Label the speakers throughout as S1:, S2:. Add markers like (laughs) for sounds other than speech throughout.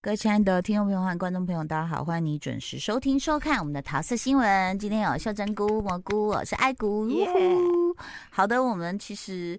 S1: 各位亲爱的听众朋友和观众朋友，大家好，欢迎你准时收听收看我们的桃色新闻。今天有秀珍菇、蘑菇，我是爱菇。
S2: 耶
S1: 呼好的，我们其实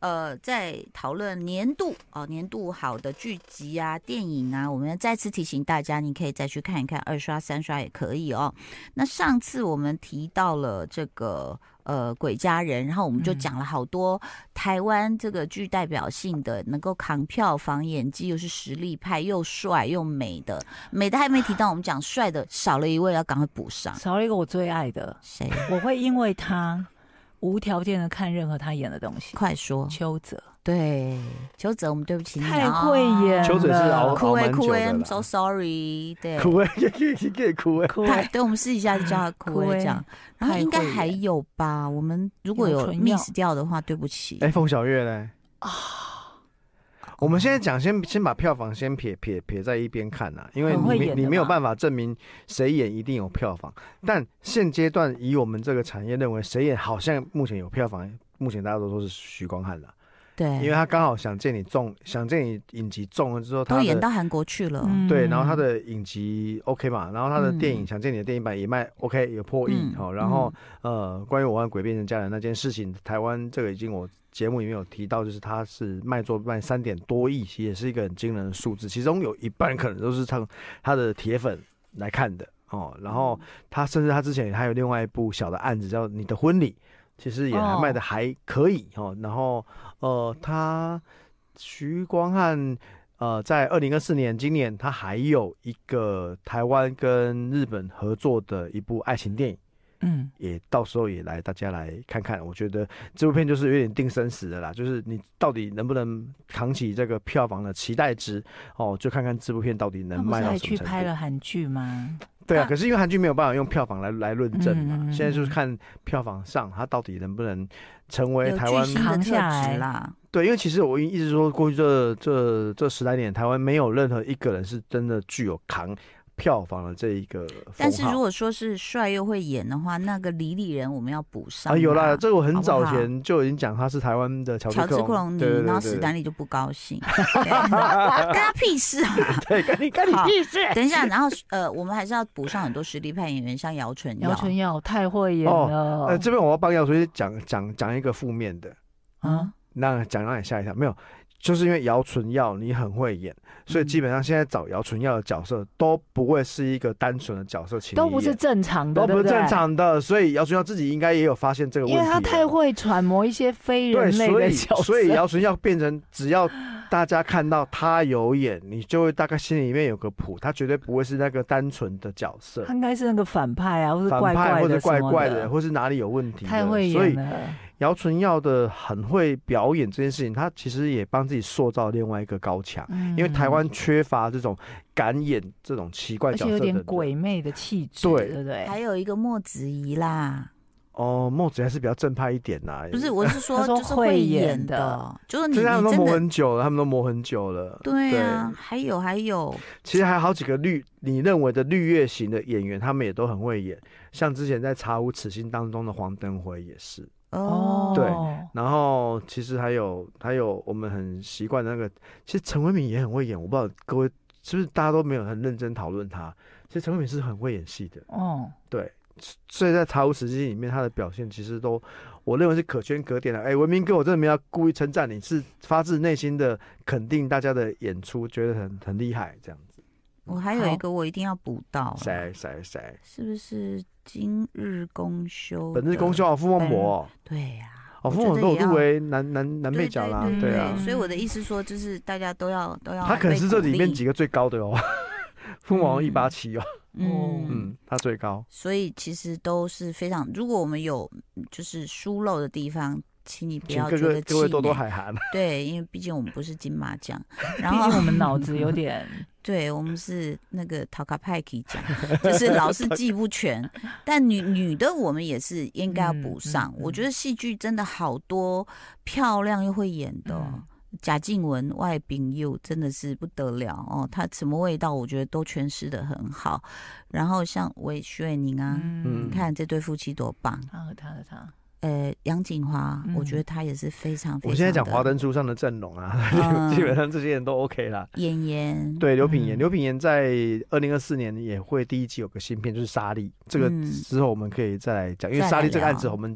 S1: 呃在讨论年度哦、年度好的剧集啊、电影啊，我们再次提醒大家，你可以再去看一看，二刷、三刷也可以哦。那上次我们提到了这个呃《鬼家人》，然后我们就
S2: 嗯
S1: 讲了好多台湾这个具代表性的，能够扛票房、演技又是实力派，又帅又美的，美的还没提到，我们讲帅的少了一位，要赶快补上。
S2: 少了一个我最爱的，
S1: 谁？
S2: 我会因为他无条件的看任何他演的东西。
S1: 快说！
S2: 邱泽
S1: 对，邱泽，我们对不起你
S2: 太会演了，
S1: 啊
S3: 邱泽是熬
S1: 哭哎
S3: 蛮久
S1: 哭哎
S3: 的
S1: ，I'm
S3: 啦
S1: so sorry。对，
S3: (laughs) 哭哎，也可以也可以哭哎，
S2: 哭
S1: 他对我们私底下就叫他哭
S2: 哭
S1: 哎
S2: 哎
S1: 这样，然后
S2: 太
S1: 应该
S2: 会
S1: 还
S2: 演
S1: 有吧？我们如果
S2: 有
S1: 有
S2: 纯药
S1: miss 掉的话，对不起。
S3: 哎，凤小岳嘞啊，我们现在讲先先把票房先撇撇撇在一边看呐、啊因为
S2: 很
S3: 你
S2: 会
S3: 没
S2: 演
S3: 你
S2: 的
S3: 没有
S2: 嘛
S3: 办法证明谁演一定有票房，但现阶段以我们这个产业认为谁演好像目前有票房，目前大家都说是许光汉了，
S1: 对，
S3: 因为他刚好想见你中，想见你影集中了之后，他
S1: 都演
S3: 的
S1: 到韩国去了。
S2: 嗯
S3: 对，然后他的影集 OK 嘛，然后他的电影
S1: 嗯
S3: 《想见你的电影版》也卖 OK，有破亿
S1: 嗯
S3: 好、然后呃，关于我和鬼变成家人那件事情，台湾这个已经我节目里面有提到，就是它是卖座卖三点多亿，其实也是一个很惊人的数字，其中有一半可能都是他他的铁粉来看的哦。然后
S2: 嗯
S3: 他甚至他之前还有另外一部小的案子叫《你的婚礼》，其实也还卖的还可以哦。然后呃，他徐光汉。呃，在二零二四年，今年他还有一个台湾跟日本合作的一部爱情电影。
S2: 嗯，
S3: 也到时候也来大家来看看。我觉得这部片就是有点定生死的啦，就是你到底能不能扛起这个票房的期待值哦，就看看这部片到底
S2: 他
S3: 能
S2: 不
S3: 卖
S2: 是
S3: 到
S2: 还
S3: 什么
S2: 去
S3: 程
S2: 拍
S3: 度。
S2: 了韩剧吗？
S3: 对啊，
S1: 那
S3: 可是因为韩剧没有办法用票房来来论证嘛，
S2: 嗯嗯嗯
S3: 现在就是看票房上它到底能不能成为
S1: 有
S3: 台
S1: 巨
S3: 湾
S1: 星的
S2: 扛
S1: 特
S2: 下来
S1: 质啦，
S3: (laughs) 对，因为其实我一直说，过去这这这十来年，台湾没有任何一个人是真的具有扛票房的这一个封号。
S1: 但是如果说是帅又会演的话，那个李李仁我们要补上
S3: 啊，有啦，这个我很
S1: 好不
S3: 早
S1: 好
S3: 前就已经讲他是台湾的乔治
S1: 乔治克隆尼，
S3: 对对对
S1: 然后
S3: 对
S1: 史
S3: 对 (laughs)
S1: 丹利就不高兴， (laughs) 对干他屁事啊！
S3: 对，跟你跟你
S1: 好
S3: 屁事。
S1: 等一下，然后呃，我们还是要补上很多实力派演员，像姚纯耀
S2: 姚纯耀太会演了，
S3: 呃，这边我要帮姚纯讲讲讲一个负面的，嗯
S2: 啊，
S3: 那讲让你吓一跳，没有，就是因为姚纯耀你很会演，所以
S2: 嗯
S3: 基本上现在找姚纯耀的角色都不会是一个单纯的角色，请你
S2: 都不是
S3: 演
S2: 正常的，
S3: 都不是
S2: 对对
S3: 正，常的，所以姚纯耀自己应该也有发现这个问
S2: 因
S3: 题
S2: 为他
S3: 了，
S2: 太会揣摩一些非
S3: 对，
S2: 人类
S3: 所
S2: 的
S3: 以
S2: 角色，
S3: 所以姚纯耀变成只要大家看到他有演，你就会大概心里面有个谱，他绝对不会是那个单纯的角色。
S2: 他应该是那个反派啊，或是
S3: 反
S2: 怪
S3: 派
S2: 怪
S3: 或
S2: 的
S3: 者怪
S2: 什么
S3: 怪的，，或是哪里有问题的，
S2: 太会
S3: 所以
S2: 演了。
S3: 姚纯耀的很会表演这件事情，他其实也帮自己塑造另外一个高墙，
S2: 因
S1: 嗯
S3: 因为台湾缺乏这种敢演这种奇怪
S2: 而且
S3: 角色
S2: 有
S3: 的
S2: 点
S3: 人
S2: 鬼魅的气质，
S3: 对
S2: 对不对？
S1: 还有一个莫子仪啦，
S3: 哦，墨子还是比较正派一点呐、
S1: 不是，我是说
S2: 他说
S1: 就是
S2: 会
S1: 演
S2: 演的，
S1: 就是你
S3: 就是他
S1: 你
S3: 们都
S1: 真
S3: 磨
S1: 的
S3: 很久了，他们都磨很久了。
S1: 对啊，还有还有，
S3: 其实还有好几个绿你认为的绿叶型的演员，他们也都很会演，像之前在《查无此心》当中的黄登辉也是。
S1: 哦，
S3: 对然后其实还有还有我们很习惯的那个，其实陈伟敏也很会演，我不知道各位是不是大家都没有很认真讨论他。其实陈伟敏是很会演戏的，
S2: 哦，
S3: 所以在《查无此心》里面他的表现其实都我认为是可圈可点的。哎，文明哥，我真的没有故意称赞你，是发自内心的肯定大家的演出，觉得很很厉害这样子。
S1: 我还有一
S2: 好
S1: 个我一定要补到啦，
S3: 谁谁谁，
S1: 是不是今日公休？
S3: 本日公休，哦，傅孟博哦，
S1: 对呀、哎我
S3: 哦，傅
S1: 觉
S3: 孟
S1: 得
S3: 博
S1: 也
S3: 都有
S1: 要
S3: 入围男男男
S1: 对
S3: 配角啦
S1: 对，
S3: 对啊
S1: 对。所以我的意思说，就是大家都要都要啊被鼓励，
S3: 他可能是这里面几个最高的哦， (laughs) 蜂王一八七哦，
S1: 嗯嗯。
S3: 嗯，他最高。
S1: 所以其实都是非常，如果我们有嗯就是疏漏的地方，请你不
S3: 请
S1: 要
S3: 各
S1: 觉得
S3: 位各位
S1: 气
S3: 多
S1: 馁
S3: 多海涵，
S1: 对，因为毕竟我们不是金马
S2: (laughs)
S1: 奖，然
S2: 毕竟
S1: 后
S2: 我们脑子有点
S1: 对我们是那个塔卡派克奖，就是老是记不全。但女女的我们也是应该要补上。
S2: 嗯嗯嗯
S1: 我觉得戏剧真的好多漂亮又会演的哦、
S2: 嗯
S1: 贾静雯、外宾佑真的是不得了哦，她什么味道我觉得都诠释的很好。然后像韦徐伟宁啊，
S2: 嗯
S1: 你看这对夫妻多棒！
S2: 他和他的他，
S1: 呃杨锦华，
S2: 嗯
S1: 我觉得他也是非常非常。
S3: 我现在讲华灯初上的阵容啊，
S1: 嗯
S3: (laughs) 基本上这些人都 OK 啦。
S1: 演员，
S3: 对，刘品言，
S2: 嗯
S3: 刘品言在二零二四年也会第一季有个新片，就是《沙粒》，这个
S1: 嗯
S3: 之后我们可以再来讲，因为
S1: 再
S3: 《
S1: 来
S3: 沙粒》这个
S1: 聊
S3: 案子我们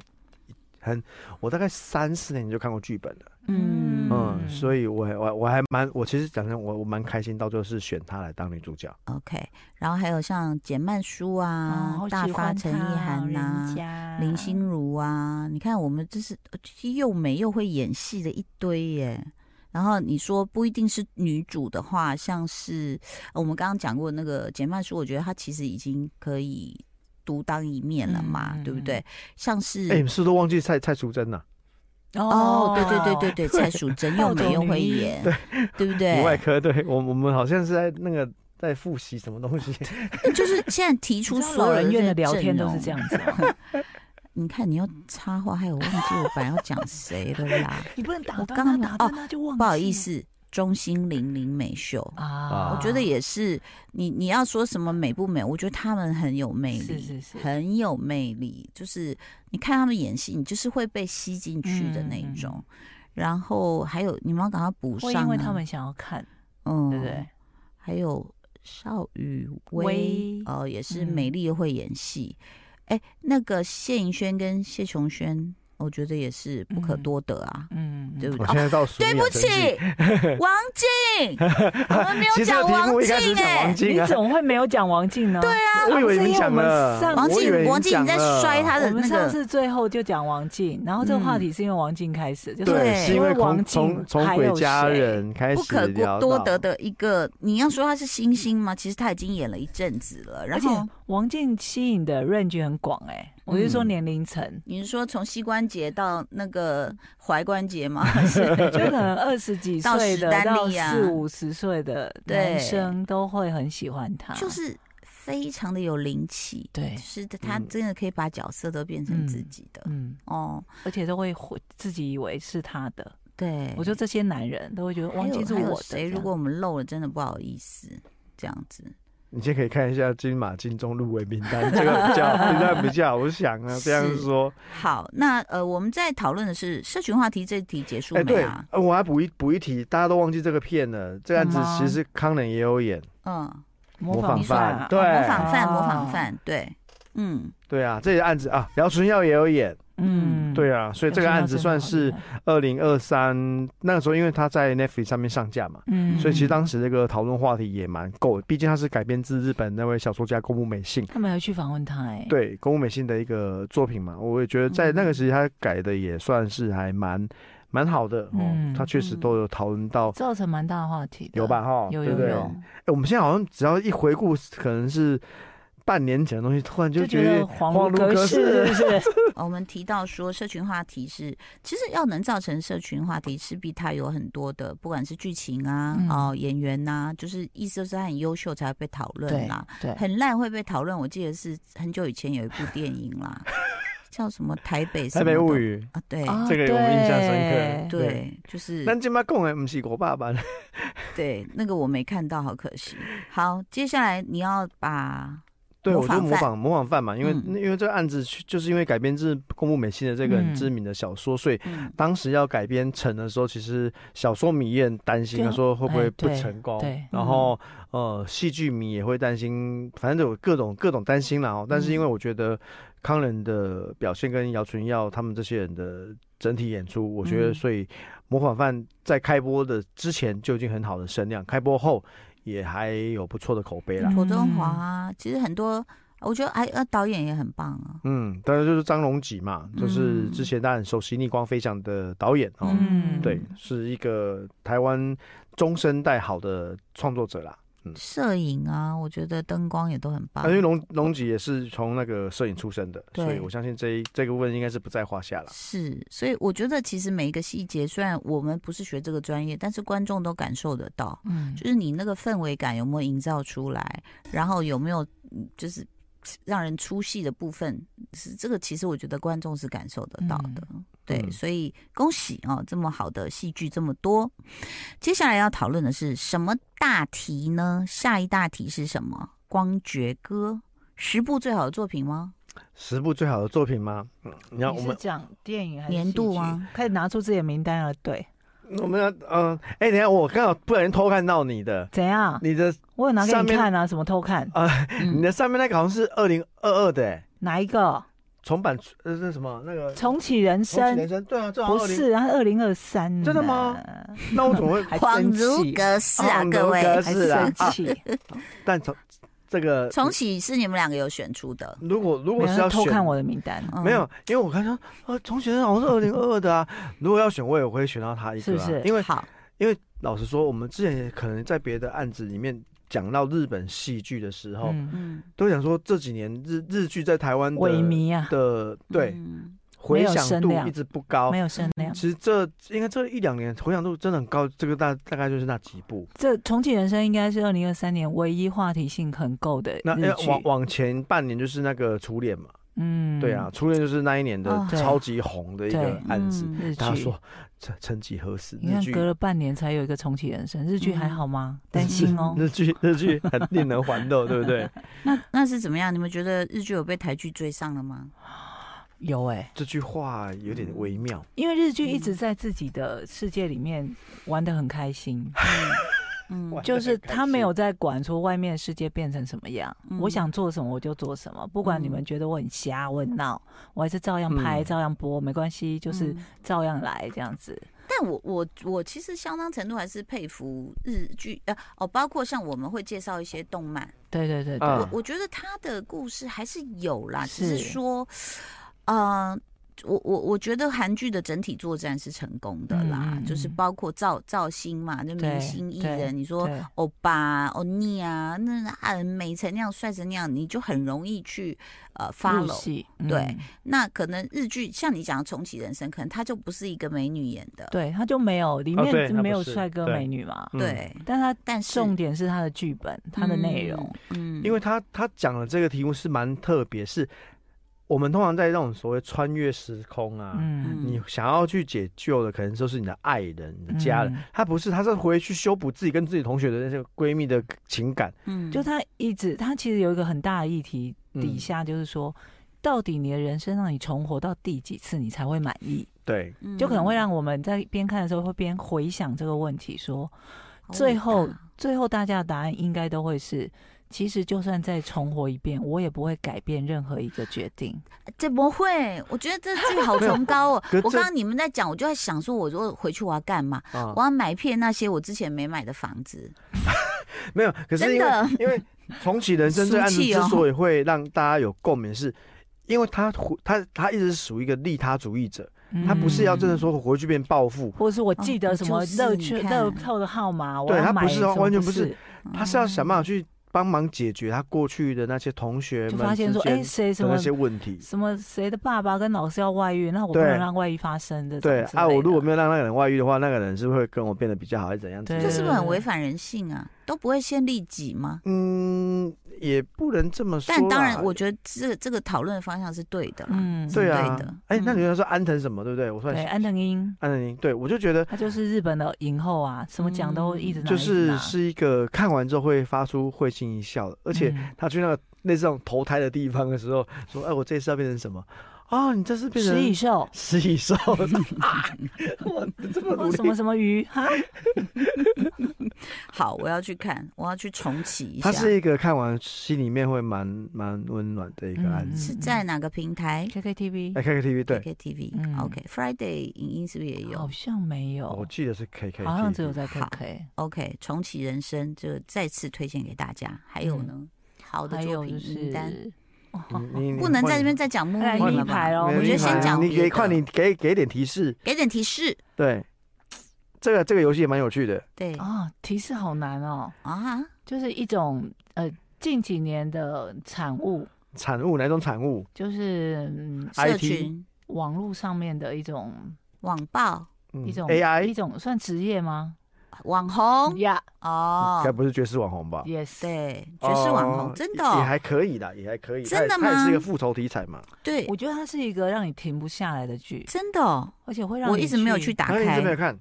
S3: 很，我大概三四年前就看过剧本了，
S1: 嗯
S3: 嗯，所以我我我还蛮，我其实讲真，我我蛮开心，到最后是选她来当女主角。
S1: OK，然后还有像简曼书啊、
S2: 哦
S1: 大发、陈意涵呐、
S2: 呐
S1: 林心如啊，你看我们这是呃又美又会演戏的一堆耶。然后你说不一定是女主的话，像是呃我们刚刚讲过那个简曼书，我觉得她其实已经可以独当一面了嘛，
S2: 嗯嗯
S1: 对不对？像是、
S3: 哎、你们是不是都忘记蔡蔡淑啊珍了、
S1: 哦，对对对对对，蔡淑
S2: (laughs)
S1: 珍又
S2: 暴走
S1: 美又会
S2: 女一
S1: 演，对不
S3: 女
S1: 对？
S3: 外科，对我我们好像是在那个在复习什么
S1: (laughs)
S3: 东西。
S1: 就是现在提出
S2: 你知道
S1: 所有
S2: 老人
S1: 这
S2: 院
S1: 些
S2: 的聊
S1: 阵
S2: 天都是
S1: 容
S2: 这样子哦，
S1: 你看，你又插话，还有忘记我本来要讲谁
S2: (laughs)
S1: 了啦？
S2: 你不能打
S1: 我
S2: 断
S1: 刚刚哦
S2: 他，打断他就忘记了。
S1: 不好意思，钟欣凌林美秀，
S2: 啊，
S1: 我觉得也是。你你要说什么美不美？我觉得他们很有魅力，
S2: 是是是
S1: 很有魅力。就是你看他们演戏，你就是会被吸进去
S2: 嗯
S1: 的那一种。然后还有，你们要赶快补
S2: 会
S1: 上、啊，
S2: 因为他们想要看，
S1: 嗯，
S2: 对不对？？
S1: 还有邵雨薇
S2: 薇，
S1: 哦、也是
S2: 嗯
S1: 美丽又会演戏。哎、那个谢盈萱跟谢琼萱，我觉得也是不可
S2: 嗯
S1: 多得啊。
S2: 嗯，
S1: 对不
S3: 我
S1: 对
S3: 现在到数、
S1: 哦对不起，
S3: 啊
S1: 王静，我们没
S3: (laughs) 其
S1: 有
S3: 实这
S1: 讲
S3: 个题
S1: 王
S3: 目一开始
S1: 静
S3: 讲
S1: 哎、
S3: 王
S2: 你
S3: 静啊
S2: 怎，么会没有讲王静呢？对啊，
S3: 我以为你讲了，
S2: 上
S1: 王
S3: 我以为
S1: 静，王静
S3: 讲
S1: 你在
S3: 了
S1: 摔他的
S2: 我们
S1: 那
S2: 上
S1: 个，嗯
S2: 次最后就讲王静，然后这个话题是因为王静开始，就是
S1: (laughs) 对
S3: 对，是因为
S2: 王
S3: 从
S2: 静
S3: 从从
S2: 还
S3: 鬼
S2: 有
S3: 家
S2: 谁
S3: 人开
S1: 不
S3: 始
S1: 可
S3: 聊
S1: 多
S3: 到
S1: 得的一个。你要说他是星星吗？其实他已经演了一阵子了。然
S2: 而且
S1: 后
S2: 王静吸引的 range 很广哎、我是
S1: 嗯
S2: 说年龄层，
S1: 你是说从膝关节到那
S3: 嗯
S1: 个踝关节
S3: (laughs)
S1: 吗？
S2: (laughs) 就可能二十几
S1: 到
S2: 岁
S1: 史
S2: 的
S1: 丹
S2: 到
S1: 利啊
S2: 四五十岁的
S1: 对
S2: 男生都会很喜欢他，
S1: 就是非常的有灵气，
S2: 啊对
S1: 是的，他
S3: 嗯
S1: 真的可以把角色都变成自己的。
S2: 嗯，
S1: 哦，
S2: 而且都会回自己以为是他的。
S1: 对，
S2: 我觉得这些男人都会觉得
S1: 还
S2: 王
S1: 有
S2: 静是
S1: 还有
S2: 我的这
S1: 谁？
S2: 样。
S1: 如果我们漏了，真的不好意思，这样子。
S3: 你先可以看一下金马金钟入围名单，这个比较比较比较，我想啊，这样
S1: 是
S3: 说，
S1: 好，那呃，我们在讨论的是社群话题这题结束
S3: 哎，
S1: 没
S3: 对
S1: 啊？，
S3: 呃我还补一补一题，大家都忘记这个片了，这个案子
S2: 什么
S3: 其实康仁也有演，
S1: 嗯，
S2: 模
S3: 仿
S2: 仿
S3: 犯
S2: 啊
S3: 对
S1: 模仿犯，
S2: 哦
S1: 模仿犯，对，嗯，
S3: 对啊，这个案子啊，姚春耀也有演，
S2: 嗯，
S3: 对啊，所以这个案子算是
S2: 有听到这个好厉害，
S3: 二零二三那个时候，因为他在 Netflix 上面上架嘛。
S2: 嗯
S3: 所以其实当时这个讨论话题也蛮够的，毕竟它是改编自日本那位小说家宫部美幸，
S2: 他们有去访问他，哎，，
S3: 对宫部美幸的一个作品嘛，我也觉得在那个时期他改的也算是还蛮蛮好的哦
S2: 嗯，
S3: 他确实都有讨论到
S2: 造成蛮大的话题的，
S3: 有吧哈，
S2: 有
S3: 对
S2: 有
S3: 不对？哎
S2: 有，，
S3: 我们现在好像只要一回顾，可能是半年前的东西，突然
S2: 就
S3: 觉
S2: 觉
S3: 得
S2: 得恍如
S3: 恍如
S2: 隔
S3: 隔
S2: 世，
S3: 世。
S2: 是不
S1: (laughs)
S2: 是？
S1: 我们提到说社群话题是，其实要能造成社群话题，势必它有很多的，不管是剧情啊，
S2: 嗯
S1: 哦，演员呐、就是意思就是他很优秀才会被讨论
S2: 对
S1: 啦，
S2: 对，
S1: 很烂会被讨论。我记得是很久以前有一部电影啦，叫什么台北什
S3: 台
S1: 么
S3: 北物
S1: 的
S3: 语，
S1: 啊，对。
S2: 啊
S3: 这个我们印象深
S2: 对
S3: 刻。
S1: 对，就是
S3: 咱今麦讲的不是我爸爸，
S1: 对那个我没看到，好可惜。好，接下来你要把
S3: 对，
S1: 模
S3: 我就
S1: 仿
S3: 模
S1: 犯
S3: 仿模仿犯嘛，因为
S1: 嗯
S3: 因为这个案子就是因为改编自宫部美幸的这个很
S2: 嗯
S3: 知名的小说，所以
S1: 嗯
S3: 当时要改编成的时候，其实小说迷也很担心，
S2: 对
S3: 他
S2: 啊
S3: 说会不会
S2: 哎
S3: 不
S2: 对
S3: 成功？
S2: 对嗯
S3: 然后呃，戏剧迷也会担心，反正有各种各种担心啦哦。但是
S2: 嗯
S3: 因为我觉得康仁的表现跟姚纯耀他们这些人的整体演出，我觉得
S2: 嗯
S3: 所以《模仿犯》在开播的之前就已经很好的声量，开播后也还有不错的口碑啦。
S1: 妥中华啊，其实很多，我觉得哎，呃，导演也很棒啊。
S3: 嗯，当然就是张荣吉嘛，就是
S1: 嗯
S3: 之前大家很熟悉《逆光飞翔》的导演哦。
S2: 嗯
S3: 对，是一个台湾中生代好的创作者啦。
S1: 摄影啊，我觉得灯光也都很棒
S3: 啊、因。为龙龙吉也是从那个摄影出身的，
S1: 对
S3: 所以我相信这一这个部分应该是不在话下了。
S1: 是，所以我觉得其实每一个细节，虽然我们不是学这个专业，但是观众都感受得到，
S2: 嗯
S1: 就是你那个氛围感有没有营造出来，然后有没有嗯就是让人出戏的部分，是这个其实我觉得观众是感受得到的。对，
S3: 嗯
S1: 所以恭喜哦，这么好的戏剧这么多。接下来要讨论的是什么大题呢？下一大题是什么？光觉歌。十部最好的作品吗？
S3: 十部最好的作品吗？嗯你看
S2: 你
S3: 我
S2: 是
S3: 们
S2: 讲电影还是
S1: 年度啊
S2: 戏剧？开始拿出自己的名单了，对，
S3: 我们要嗯，哎、等一下我刚好不小心偷看到你的，
S2: 怎样？
S3: 你的
S2: 我有拿给
S3: 上
S2: 你
S3: 面
S2: 看啊，什么偷看？
S3: 你
S1: 嗯，
S3: 的上面那个好像是二零二二的、哎，
S2: 哪一个？
S3: 重版呃是什么那个
S2: 重启人
S3: 重启人
S2: 生？
S3: 生对啊，这好
S2: 不
S3: 像20，
S2: 是，然后二零二三，啊
S3: 真的吗？那我怎么会？
S2: 还
S1: 恍
S2: 生
S1: 如
S2: 气，
S3: (laughs)
S1: 隔世啊，
S3: 恍
S1: 各
S3: 如
S1: 位
S3: 隔。
S2: 还
S3: 世啊
S2: 生气，
S3: 但从这个
S1: 重启是你们两个有选出的，
S3: 如果如
S2: 没
S3: 果
S2: 有
S3: 是要
S2: 偷
S3: 选
S2: 看我的名单，
S1: 嗯
S3: 没有，因为我看到呃，重启人生好像是二零二二的啊。如果要选，我也会选到他一个、啊，
S2: 是不是
S3: 因为
S1: 好，
S3: 因为老实说，我们之前也可能在别的案子里面讲到日本戏剧的时候，
S2: 嗯，
S1: 嗯，
S3: 都想说这几年日日剧在台湾的
S2: 萎靡啊，
S3: 的对、
S1: 嗯
S3: 回
S2: 有
S3: 响
S2: 声
S3: 度
S2: 量
S3: 一直不高
S2: 没。有声量。
S3: 其实这应该这一两年回响度真的很高，这个大大概就是那几部。
S2: 这重启人生应该是二零二三年唯一话题性很够的
S3: 那
S2: 日
S3: 呃
S2: 剧。
S3: 往往前半年就是那个初恋嘛，
S2: 嗯，
S3: 对啊，，初恋就是那一年的
S1: 哦
S2: 对
S3: 超级红的一
S2: 对
S3: 个案子。
S1: 嗯
S2: 日
S3: 他
S2: 剧。
S3: 说：“曾曾几何时，
S2: 你
S3: 日
S2: 看，
S3: 剧嗯
S2: 隔了半年才有一个重启人生，日剧还好吗？担心哦。
S3: (laughs) 日剧日剧很令人欢乐，对不对？
S2: (laughs)
S1: 那那是怎么样？你们觉得日剧有被台剧追上了吗？
S2: 有哎、
S3: 这句话有点微妙。
S2: 因为日剧一
S3: 嗯
S2: 直在自己的世界里面玩得很开心，
S1: 嗯
S3: 哇
S2: 就是他没有在管说外面世界变成什么样，
S1: 嗯
S2: 我想做什么我就做什么，不管你们觉得我很瞎、我很闹，我还是照样拍、
S3: 嗯
S2: 照样播，没关系，就是
S1: 嗯
S2: 照样来这样子。
S1: 但我我我其实相当程度还是佩服日剧，呃哦，包括像我们会介绍一些动漫，
S2: 对对对对，
S3: 啊
S1: 我我觉得他的故事还是有啦，只是
S2: 嗯是
S1: 说，呃，我我我觉得韩剧的整体作战是成功的啦，
S2: 嗯嗯
S1: 就是
S2: 嗯
S1: 包括造造星嘛，那
S2: 对
S1: 明星艺
S2: 对
S1: 人，你说
S2: 对
S1: 欧巴、欧尼啊，那啊美成那样、帅成那样，你就很容易去呃
S2: 入
S1: follow。
S2: 戏，嗯
S1: 对那可能日剧像你讲的重启人生，可能他就不是一个美女演的，
S2: 对，他就没有里
S3: 哦对
S2: 面
S3: 他不
S2: 没有
S3: 是
S2: 帅哥
S3: 对
S2: 美女嘛，
S3: 嗯
S1: 对，
S2: 但他
S1: 但是
S2: 重点是他的剧本，他的内容。
S1: 嗯，嗯
S3: 因为他他讲的这个题目是蛮特别，是我们通常在那种所谓穿越时空啊，
S2: 嗯，
S3: 你想要去解救的，可能就是你的爱人、你的家人。
S2: 嗯
S3: 他不是，他是回去修补自己跟自己同学的那些闺蜜的情感。
S1: 嗯
S2: 就他一直，他其实有一个很大的议题
S3: 嗯
S2: 底下，就是说，到底你的人生让你重活到第几次，你才会满意？
S3: 对，
S2: 就可能会
S1: 嗯
S2: 让我们在边看的时候，会边回想这个问题，说，最后最后大家的答案应该都会是，其实就算再重活一遍，我也不会改变任何一个决定。
S1: 这不会，我觉得这剧好崇高哦
S3: (laughs) 没有。可
S1: 我
S3: 这
S1: 刚刚你们在讲，我就在想说，我如果回去我要干嘛？
S3: 啊
S1: 我，要买遍那些我之前没买的房子。
S3: 没有，可是因为 (laughs)
S1: 真
S3: 因为重启人生这个案子
S1: 俗气
S3: 之
S1: 哦
S3: 所以会让大家有共鸣，是因为他他他一直是属于一个利他主义者，他不是要真的说回去变暴富，
S2: 或者是我记得什么
S1: 嗯哦就是
S2: 乐
S1: 你
S2: 趣
S1: 看
S2: 乐透的号码，我
S3: 对
S2: 要
S3: 他不
S2: 买
S3: 是哦
S2: 什么
S3: 完全
S2: 不
S3: 不是
S1: 嗯
S3: 他是要想办法
S1: 法。
S3: 去帮忙解决他过去的那些同学
S2: 就
S3: 们
S2: 发现
S3: 之
S2: 说，
S3: 间
S2: 哎，谁什
S3: 的
S2: 么
S3: 那些问题。
S2: 什么谁的爸爸跟老师要外遇，那我不
S3: 对
S2: 能让外遇发生这种
S3: 对
S2: 之
S3: 啊，
S2: 类
S3: 我如果
S2: 的
S3: 没有让那个人外遇的话，那个人是不是会跟我变得比较好，还是怎样子？
S2: 对
S1: 这是不是很违反人性啊？都不会先利己吗？
S3: 嗯，也不能这么说啦。
S1: 但当然，我觉得这这个讨论的方向是对的啦。
S2: 嗯
S1: 是
S3: 对
S1: 对的
S3: 啊。哎，那
S1: 嗯啊
S3: 你要说安藤什么，对不对？我算
S2: 对安藤英，
S3: 安藤英，对我就觉得
S2: 她就是日本的影后啊，什么奖都一直拿，
S3: 嗯就
S2: 一直
S3: 是
S2: 拿
S3: 是一个看完之后会发出会心一笑的，而且
S2: 嗯
S3: 他去那个类似那种投胎的地方的时候，说：“哎，我这次要变成什么？啊，你这次变成
S2: 食蚁兽。
S3: 食
S1: (laughs)
S3: 蚁兽啊！哇，这
S1: 哦
S3: 么努
S2: 哦或什么
S3: 力。”
S2: 什么鱼哈，
S1: 好，我要去看，我要去重启一下
S3: 他。是一个看完心里面会蛮蛮温暖的一个案子。
S1: 是在哪个平台嗯
S2: KKTV
S3: 哎，KKTV 嗯对，哦
S1: ？KTV
S2: 嗯。
S1: OK Friday 影音是不是也
S2: 好
S1: 有
S2: 像没
S3: 我
S2: 有，
S3: 记得是 KK，
S2: 好像只有在
S1: 哦好
S2: KK。
S1: ？OK 重启人生就再次推荐给大家。还
S3: 嗯
S1: 有呢，好的
S2: 还
S1: 作
S2: 有
S1: 品
S2: 就
S1: 名单。
S2: 是
S3: 你
S1: 哦不能在这边再讲木
S2: 哎
S1: 运了
S2: 立牌
S1: 吧？
S2: 咯
S1: 我
S3: 没有
S1: 觉
S2: 立
S1: 得
S3: 厉害
S1: 先
S3: 啊
S1: 讲
S3: 你
S1: 别
S3: 给
S1: 的
S3: 快，你给给点提示。
S1: 给点提示。
S3: 对，这个这个游戏也蛮有趣的。
S1: 对
S2: 啊，提示好难哦，
S1: 啊，
S2: 就是一种呃近几年的产物，
S3: 产物哪种产物？
S2: 就是嗯
S1: 社
S3: IT
S1: 群
S2: 网络上面的一种
S1: 网报
S3: 嗯
S2: 一种一
S3: AI，
S2: 种算职业吗？
S1: 网红
S2: 呀，
S1: 哦
S3: 嗯该，不是爵士网红吧？
S2: Yes，，
S1: 对，爵士网红
S3: 哦
S1: 真的
S3: 也也
S1: 哦
S3: 还可以的，也还可以。
S1: 真的
S3: 它也它也是一
S1: 吗
S3: 个复仇题材嘛。
S1: 对，
S2: 我觉得它是一个让你停不下来的剧，
S1: 真的哦，
S2: 而且会让
S1: 我
S2: 你
S1: 一直没有去，打
S3: 然后你一直没有
S1: 开，
S3: 看，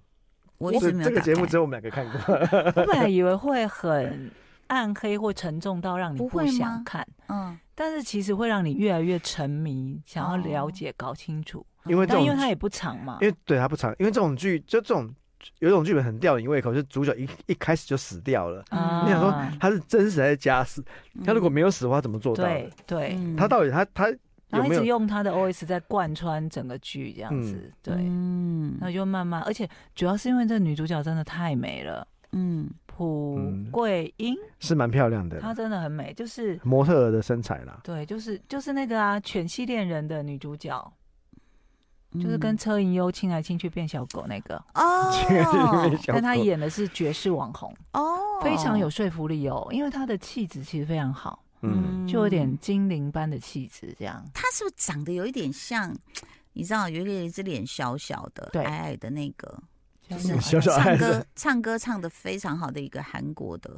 S1: 我一直
S3: 这
S1: 没有
S3: 这个
S1: 打
S3: 节目
S1: 开哦
S3: 只。有我们两个看过。
S2: 我本来以为会很暗黑或沉重到让你
S1: 不
S2: 不
S1: 会吗
S2: 想看，
S1: 嗯，
S2: 但是其实会让你越来越沉迷，想要
S1: 哦
S2: 了解、搞清楚。
S3: 因为这
S2: 但
S3: 种
S2: 因为它也不长嘛，
S3: 哦因为对它不长，因为这种剧就这种有一种剧本很吊你胃口，就是主角一一开始就死掉了，
S2: 啊
S3: 你想说
S1: 嗯
S3: 他是真死还是假死？他如果没有死的话，怎么做到的
S2: 对？对，
S1: 嗯
S3: 他到底他他
S2: 然
S3: 有
S2: 后一
S3: 没
S2: 直
S3: 有？
S2: 用他的 OS 在贯穿整个剧这样子，对，
S1: 嗯
S2: 那就慢慢，而且主要是因为这女主角真的太美了，
S1: 嗯
S2: 朴
S3: 嗯
S2: 桂英，
S3: 是蛮漂亮的，
S2: 她真的很美，就是
S3: 模特儿的身材啦。
S2: 对，就是就是那个啊，《犬系恋人》的女主角，
S1: 嗯
S2: 就是跟车银优亲来亲去变小狗那个，
S3: (laughs)
S1: 哦
S2: 但她演的是绝世网红，
S1: 哦，
S2: 非常有说服力哦，因为她的气质其实非常好，
S3: 嗯，
S2: 就有点精灵般的气质这样。
S1: 他是不是长得有一点像？你知道，有一个有一只脸小小的、
S2: 对
S1: 矮矮的那个，
S2: 就是
S3: 小小
S1: 唱
S3: 矮
S1: 歌
S3: 的，
S1: 唱歌唱的非常好的一个韩国的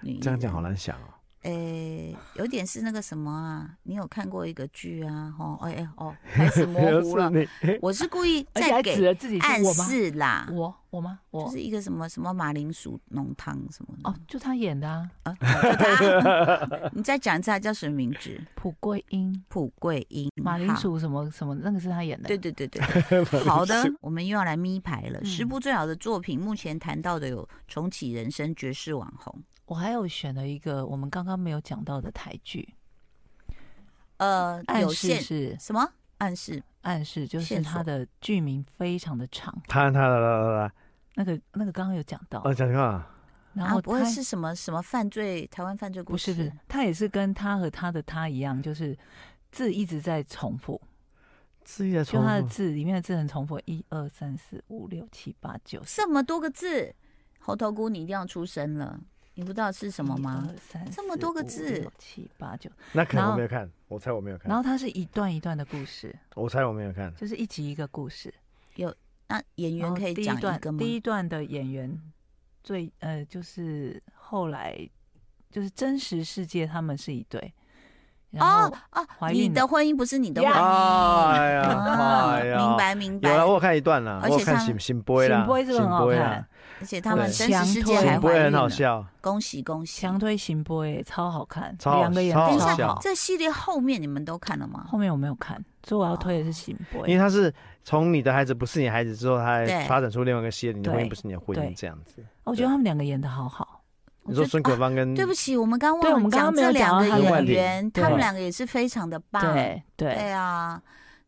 S1: 女。
S3: 这样讲好。难想哦。
S1: 诶、有点是那个什么啊？你有看过一个剧啊？哦，哎、哎
S3: (laughs)
S1: 哦，开始模糊了。
S3: 是你
S1: 我是故意
S2: 而且还
S1: 在
S2: 指
S1: 给
S2: 了自己是
S1: 暗
S2: 我吗？
S1: 示啦，
S2: 我我吗？
S1: 就
S2: 我
S1: 是一个什么什么马铃薯浓汤什么的。
S2: 哦，就她演的啊，
S1: 啊，就他 (laughs) 你再讲一次，他叫什么名字？
S2: 蒲桂英、
S1: 蒲桂英，
S2: 马铃
S1: 嗯好
S2: 薯什么什么，那个是她演的。
S1: 对对对对，
S2: (laughs)
S1: 对好的，我们又要来咪牌
S2: 嗯
S1: 了。十部最好的作品，目前谈到的有《重启人生》《绝世网红》。
S2: 我还有选了一个我们刚刚没有讲到的台剧，
S1: 呃，
S2: 暗
S1: 有
S2: 示
S1: 限
S2: 是
S1: 什么暗示？
S2: 暗示，就是
S1: 线索
S2: 它的剧名非常的长。
S3: 他他来来来来，
S2: 那个那个刚刚有讲到，
S3: 啊，讲什么？
S1: 呃
S2: 然
S1: 啊，
S2: 后
S1: 不会
S2: 它
S1: 是什么什么犯罪？台湾犯罪故
S2: 不
S1: 事？
S2: 是不是，它也是跟他和他的他一样，就是字一直在重复，
S3: 自己的
S2: 就
S3: 重
S2: 它的
S3: 复，
S2: 字里面的字很重复，一二三四五六七八九十
S1: 这么多个字，猴头菇你一定要出声了，你不知道是什么？
S2: 一
S1: 吗？
S2: 二三
S1: 这么多个字，
S2: 四五六七八九，
S3: 那可
S2: 然
S3: 能我
S2: 后
S3: 没有看，我猜我没有
S2: 然
S3: 看，
S2: 后它是一段一段的故事，
S3: 我猜我没有看。
S2: 就是一集一个故事。
S1: 那演
S2: 然
S1: 员
S2: 后
S1: 可以
S2: 第一
S1: 讲
S2: 段
S1: 个吗？
S2: 第一段的演员最呃，就是后来就是真实世界他们是一对，然后、
S1: 哦哦，
S2: 怀
S1: 你
S2: 孕
S1: 的
S2: 了
S1: 婚姻不是你的婚
S2: 呀
S1: 姻。
S3: 啊哎呀
S1: 啊
S3: 哎呀
S1: 明白明
S3: 有了，我
S1: 白，
S3: 有看一段啦，
S1: 而
S3: 我有
S1: 且
S3: 看
S1: 他
S3: 醒醒杯啦，
S2: 醒杯是不是很好
S3: 杯啦
S2: 看
S1: 而且他们
S3: 对
S1: 真实世界
S2: 强推
S1: 还
S3: 醒
S1: 怀
S3: 杯
S1: 孕
S3: 很好
S1: 了，
S3: 笑，
S1: 恭喜恭喜！
S2: 强推行波也超好看，
S3: 超好
S2: 两个演
S3: 超
S2: 得
S1: 等一
S2: 超
S1: 下
S3: 笑
S2: 好，。
S1: 这系列后面你们都看了吗？
S2: 后面我没有看，所以我要推的是行波
S3: 因。为他是从你的孩子不是你孩子之后，他
S1: 对
S3: 还发展出另外一个系列，你的
S2: 对
S3: 婚姻不是你的婚
S2: 对
S3: 姻这样子。
S2: 哦我觉得他们两个演的好好，
S1: 我
S3: 你
S1: 觉
S3: 说
S1: 得
S3: 孙可
S1: 啊
S3: 芳跟
S1: 对不起，我们刚
S2: 对我
S1: 忘了
S2: 们刚刚没
S1: 这
S2: 有
S1: 两
S2: 讲
S1: 个
S2: 到
S3: 他
S1: 演
S3: 们
S1: 员，
S2: 对
S1: 他们两个也是非常的棒。
S2: 对对，
S1: 啊，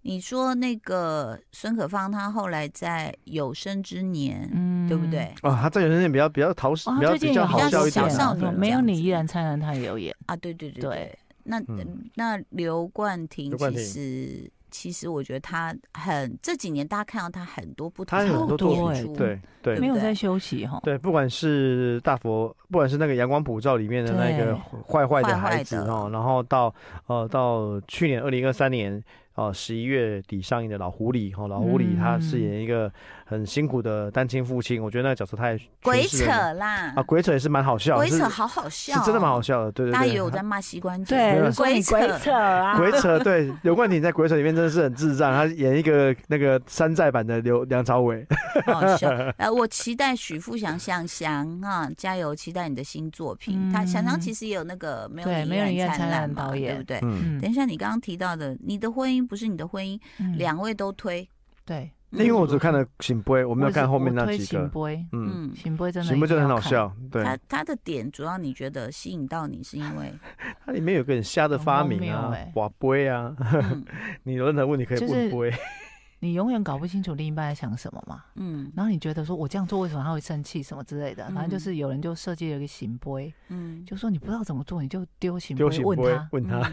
S1: 你说那个孙可芳，她后来在有生之年，
S2: 嗯
S1: 对不？对？
S3: 哦，他这个人也比较比较讨喜，
S2: 哦，
S3: 比
S2: 他
S3: 较
S2: 最近
S3: 比
S2: 有
S3: 较好
S1: 比较
S3: 笑
S1: 小
S2: 表
S3: 一点啊。
S2: 现
S1: 少
S2: 啊
S1: 女
S2: 对
S1: 这
S2: 没有
S1: 样
S2: 你
S1: 子
S2: 依然灿烂，他也有演。
S1: 啊，对对对
S2: 对
S1: 对。那、
S3: 嗯
S1: 那刘冠廷
S3: 刘冠
S1: 其
S3: 廷
S1: 实其实我觉得他很这几年大家看到他很多不同
S3: 他有很多
S1: 的
S2: 作
S1: 演
S2: 品
S1: 出，
S3: 对对
S2: 没
S1: 对
S2: 有在休息哈。
S3: 对，不管是大佛，不管是那个阳光普照里面的那
S2: 对
S3: 个坏坏的孩子
S1: 坏坏的
S3: 哦，然后到呃到去年二零二三年哦十一月底上映的老狐狸哦，老狐狸他饰演一个很辛苦的单亲父亲，我觉得那个角色他也
S1: 鬼
S3: 诠释
S1: 扯
S3: 得
S1: 啦
S3: 啊，鬼扯也是蛮好笑，
S1: 鬼扯
S3: 是
S1: 好好笑、哦
S3: 是真的蛮好。笑的，对对对，
S1: 大家也有在骂膝关节，
S3: 没有
S2: 对，
S3: 就
S1: 鬼扯，
S2: 啊
S3: 鬼扯，对，刘冠廷在鬼扯里面真的是很智障，他演一个那个山寨版的刘梁朝伟，
S1: 好笑。 (laughs) 呃，我期待许富祥向翔啊，加油！期待你的新作品。他翔翔
S2: 嗯
S1: 其实也有那个没有
S2: 对
S1: 你
S2: 没有
S1: 依
S2: 你依
S1: 然
S2: 然
S1: 灿
S2: 灿
S1: 烂
S2: 烂
S1: 嘛
S2: 导
S1: 对
S2: 演
S1: 不对？
S3: 嗯，
S1: 等一下，你刚刚提到的，你的婚姻不是你的婚姻，
S2: 嗯
S1: 两位都推。
S2: 对，
S1: 嗯
S3: (laughs) 因为我只看了《醒杯》，我
S2: 我
S3: 没有看后面那
S2: 推
S3: 几
S2: 醒
S3: 个，
S2: 杯，
S3: 嗯，
S2: 醒杯真的
S3: 醒杯真的很好
S2: 一定要看，
S3: 笑，对，
S1: 他他的点主要你觉得吸引到你是
S3: (laughs)
S1: 因为，
S3: 它里面有个很瞎的发明
S2: 很荒
S3: 啊
S2: 谬欸，
S3: 瓦杯啊， (laughs)
S1: 嗯
S3: 你有任何问题可以问
S2: 就
S3: 杯，
S2: 你永远搞不清楚另一半在想什么嘛。
S1: 嗯
S2: 然后你觉得说我这样做为什么他会生气什么之类的，
S1: 嗯
S2: 反正就是有人就设计了一个醒杯，
S1: 嗯，
S2: 就说你不知道怎么做，你就丢醒杯
S3: 丢醒
S2: 问
S3: 杯 (laughs)
S2: 他，
S3: 问他，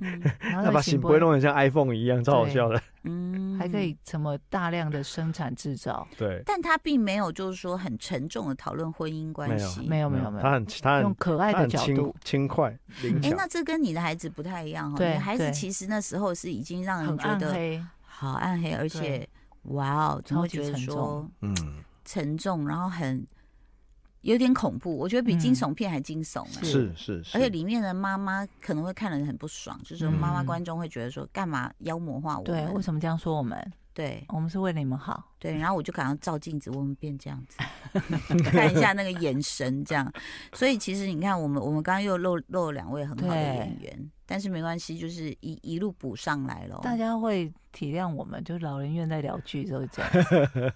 S1: 嗯，
S2: 然后
S3: 他
S2: 那
S3: 把
S2: 个
S3: 醒
S2: 醒
S3: 杯弄得像 iPhone 一样，超好笑的，
S1: 嗯
S2: 还可以什么大量的生产制造，
S3: 对，
S1: 但他并没有就是说很沉重的讨论婚姻关
S3: 没有
S1: 系，
S2: 没有没有没
S3: 嗯他
S2: 有，
S3: 很他
S2: 用
S3: 很
S2: 可爱
S3: 他
S2: 的
S3: 很
S2: 角
S3: 轻
S2: 度，(laughs)
S3: 轻快
S2: 嗯
S3: 灵
S1: 哎、
S3: 巧，
S1: 那这跟你的孩子不太一样哈。你
S2: 对
S1: 的孩子
S2: 对
S1: 其实那时候是已经让
S2: 很
S1: 人觉
S2: 暗
S1: 得
S2: 黑，
S1: 好暗黑，而且
S2: 对
S1: 哇哦，怎么
S2: 超
S1: 会
S2: 级
S1: 觉得
S2: 沉
S1: 说
S2: 重
S3: 嗯，
S1: 沉重，然后很有点恐怖，我觉得比惊
S2: 嗯
S1: 悚片还惊悚哎、
S3: 是是是，
S1: 而且里面的妈妈可能会看得很不爽，就是妈妈
S2: 嗯
S1: 观众会觉得说，干嘛妖魔化我
S2: 对，为
S1: 们？
S2: 什么这样说我们？
S1: 对
S2: 我们是为了你们好。
S1: 对，然后我就赶快照镜子，我们变这
S2: (laughs)
S1: 样子，看一下那个眼神这样。所以其实你看，我们我们刚刚又漏漏了两位很好的
S2: 对
S1: 演员，但是没关系，就是一一路补上来了。
S2: 大家会体谅我们，就是老人院在聊剧都是这样。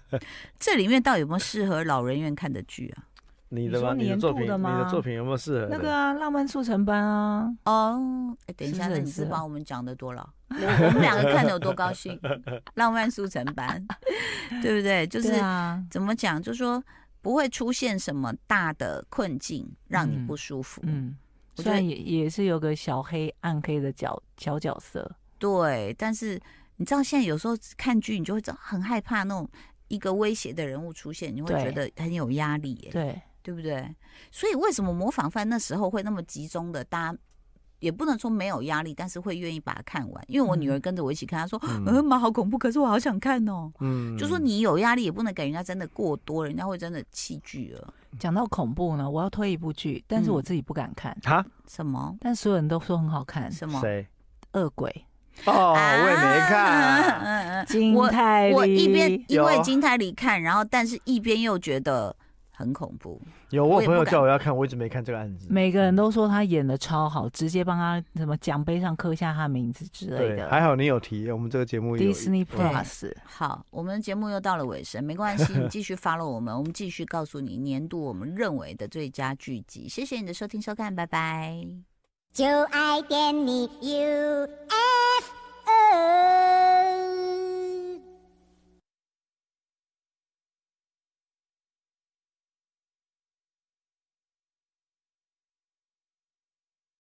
S1: 这里面到底有没有适合老人院看的剧啊？
S3: 你
S2: 你
S3: 的
S2: 说
S3: 吗？你
S2: 年
S3: 的作
S2: 度
S3: 品，
S2: 的
S3: 你
S2: 吗
S3: 的作品有没有适合
S2: 那
S3: 的
S2: 个啊，浪漫速成班啊，
S1: 哦，哎，等一下，
S2: 是
S1: 那
S2: 不是
S1: 你是
S2: 很适合
S1: 把我们讲的多了，我我们两个看的有多高
S2: (laughs)
S1: 兴，浪漫速成班，对不对？就是
S2: 对啊，
S1: 怎么讲，就是说不会出现什么大的困境让你
S2: 嗯
S1: 不舒服。
S2: 嗯，
S1: 我
S2: 虽
S1: 觉
S2: 然
S1: 得
S2: 也也是有个小黑暗黑的角小角色，
S1: 对，但是你知道现在有时候看剧，你就会知道很害怕那种一个威胁的人物出现，你会觉
S2: 对
S1: 得很有压力耶，
S2: 对，
S1: 对不对？所以为什么模仿犯那时候会那么集中的大家？也不能说没有压力，但是会愿意把它看完。因为我女儿
S2: 嗯
S1: 跟着我一起看，她说：“
S3: 嗯
S1: 嗯，妈好恐怖，可是我好想看哦。
S3: 嗯
S1: 就说你有压力，也不能给人家真的过多，人家会真的弃剧了。
S2: 讲到恐怖呢，我要推一部剧，但是
S1: 嗯
S2: 我自己不敢看，
S3: 哈
S1: 什么
S2: 但所有人都说很好看，《
S1: 什么？
S3: 谁？
S2: 恶鬼
S3: 哦，我
S1: 啊
S3: 也没
S1: (laughs) 嗯
S2: (laughs)
S3: 看。
S1: 嗯嗯》。
S2: 金
S1: 我
S2: 泰
S1: 我一
S2: 梨
S1: 边因
S3: 有
S1: 为金泰梨看，然后但是一边又觉得很恐怖。
S3: 有
S1: 我
S3: 我
S1: 也
S3: 有朋
S1: 不
S3: 友
S1: 敢
S3: 叫我要看，我一直没看这个案子。
S2: 每个人都说他演的超好，直接帮他什么奖杯上刻下他名字之类
S3: 对，
S2: 的。
S3: 还好你有提，我们这个节目有
S2: Disney Plus，
S1: 好，我们节目又到了尾声，没关系，你继续 follow 我们，我们继续告诉你年度我们认为的最佳剧集。谢谢你的收听收看，拜拜。
S4: 就爱点你 UFO。